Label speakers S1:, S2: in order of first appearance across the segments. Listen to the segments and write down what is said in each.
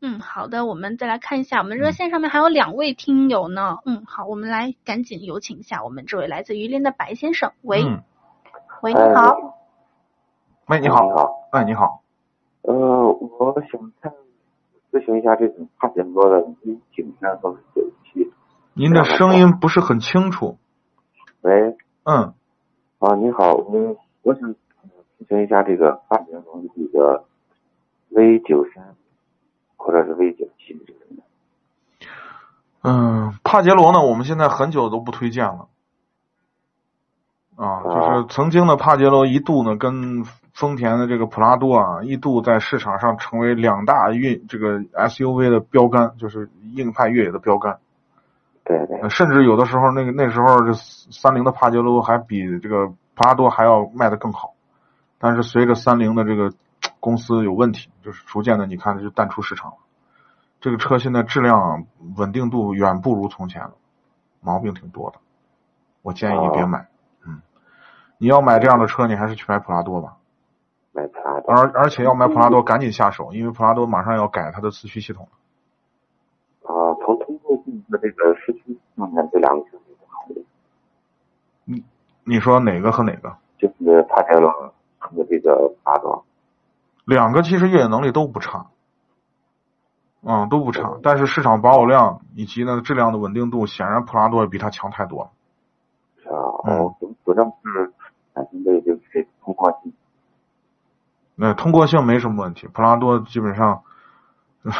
S1: 嗯好的，我们再来看一下，我们热线上面还有两位听友呢。嗯，好，我们来赶紧有请一下我们这位来自榆林的白先生。喂，
S2: 嗯，
S1: 喂，你好，
S2: 喂，你
S3: 哎你
S2: 好，
S3: 好，
S2: 哎，你好，
S3: 呃，我想看咨询一下这种跨点播的啊一九三和九七。
S2: 您的声音不是很清楚。
S3: 喂，
S2: 嗯，
S3: 啊，你好，嗯，我想呃咨询一下这个跨点播的这个 V 九三或者是 V 九七这个的。
S2: 嗯，帕杰罗呢，我们现在很久都不推荐了。啊，就是曾经的帕杰罗一度呢，跟丰田的这个普拉多啊，一度在市场上成为两大运这个 SUV 的标杆，就是硬派越野的标杆。
S3: 对对
S2: 呃甚至有的时候那个那时候这三菱的帕杰罗还比这个普拉多还要卖的更好，但是随着三菱的这个公司有问题，就是逐渐的你看它就淡出市场了。这个车现在质量稳定度远不如从前了，毛病挺多的，我建议你别买。嗯，你要买这样的车，你还是去买普拉多吧。
S3: 买普拉多
S2: 而而且要买普拉多，赶紧下手，因为普拉多马上要改它的四驱系统了。
S3: 啊，从通过性和这个市区上面这两个车比较好一点，
S2: 你说哪个和哪个？
S3: 就是帕杰罗和这个帕多。
S2: 两个其实越野能力都不差，嗯，都不差，但是市场保有量以及呢质量的稳定度，显然普拉多比它强太多了。
S3: 是啊，我主要是感觉对就是通过性。
S2: 那通过性没什么问题，普拉多基本上，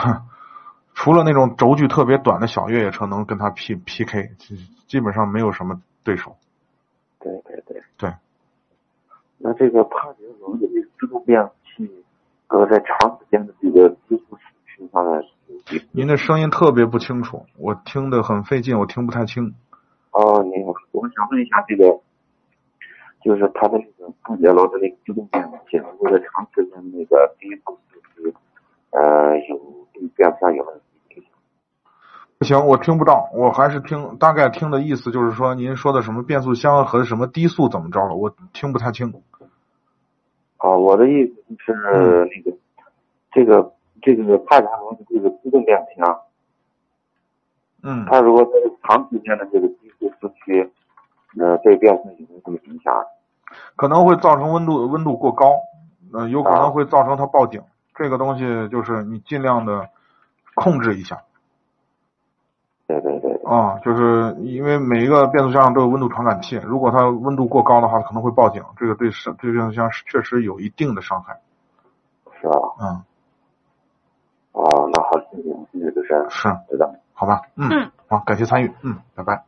S2: 除了那种轴距特别短的小越野车能跟它 P P K，基基本上没有什么对手。
S3: 对对对
S2: 对。
S3: 那这个帕杰罗的这个自动变速器，呃，在长时间的这个居住时区上面，
S2: 您的声音特别不清楚，我听得很费劲，我听不太清。
S3: 哦，您好，我想问一下这个，就是它的那个帕杰罗的那个自动变速器，如果在长时间那个低速时区，呃，有对变速呃箱有问题，
S2: 不行，我听不到，我还是听大概听的意思就是说，您说的什么变速箱和什么低速怎么着了，我听不太清。
S3: 啊，我的意思就是那个，这个这个帕杰罗的这个自动变啊速箱，
S2: 嗯，
S3: 它如果在长时间的这个低速时区，呃，对变速箱有没有什么影响？
S2: 可能会造成温度温度过高，呃，有可能会造成它报警。这个东西就是你尽量的控制一下
S3: 对对对对，
S2: 啊、就是因为每一个变速箱都有温度传感器，如果它温度过高的话，可能会报警。这个对是对变速箱是确实有一定的伤害。
S3: 是吧？
S2: 嗯，
S3: 哦，那好，谢谢，谢谢主持人，
S2: 是，
S3: 知道。
S2: 好吧，嗯
S1: 嗯，
S2: 好，感谢参与，嗯，拜拜。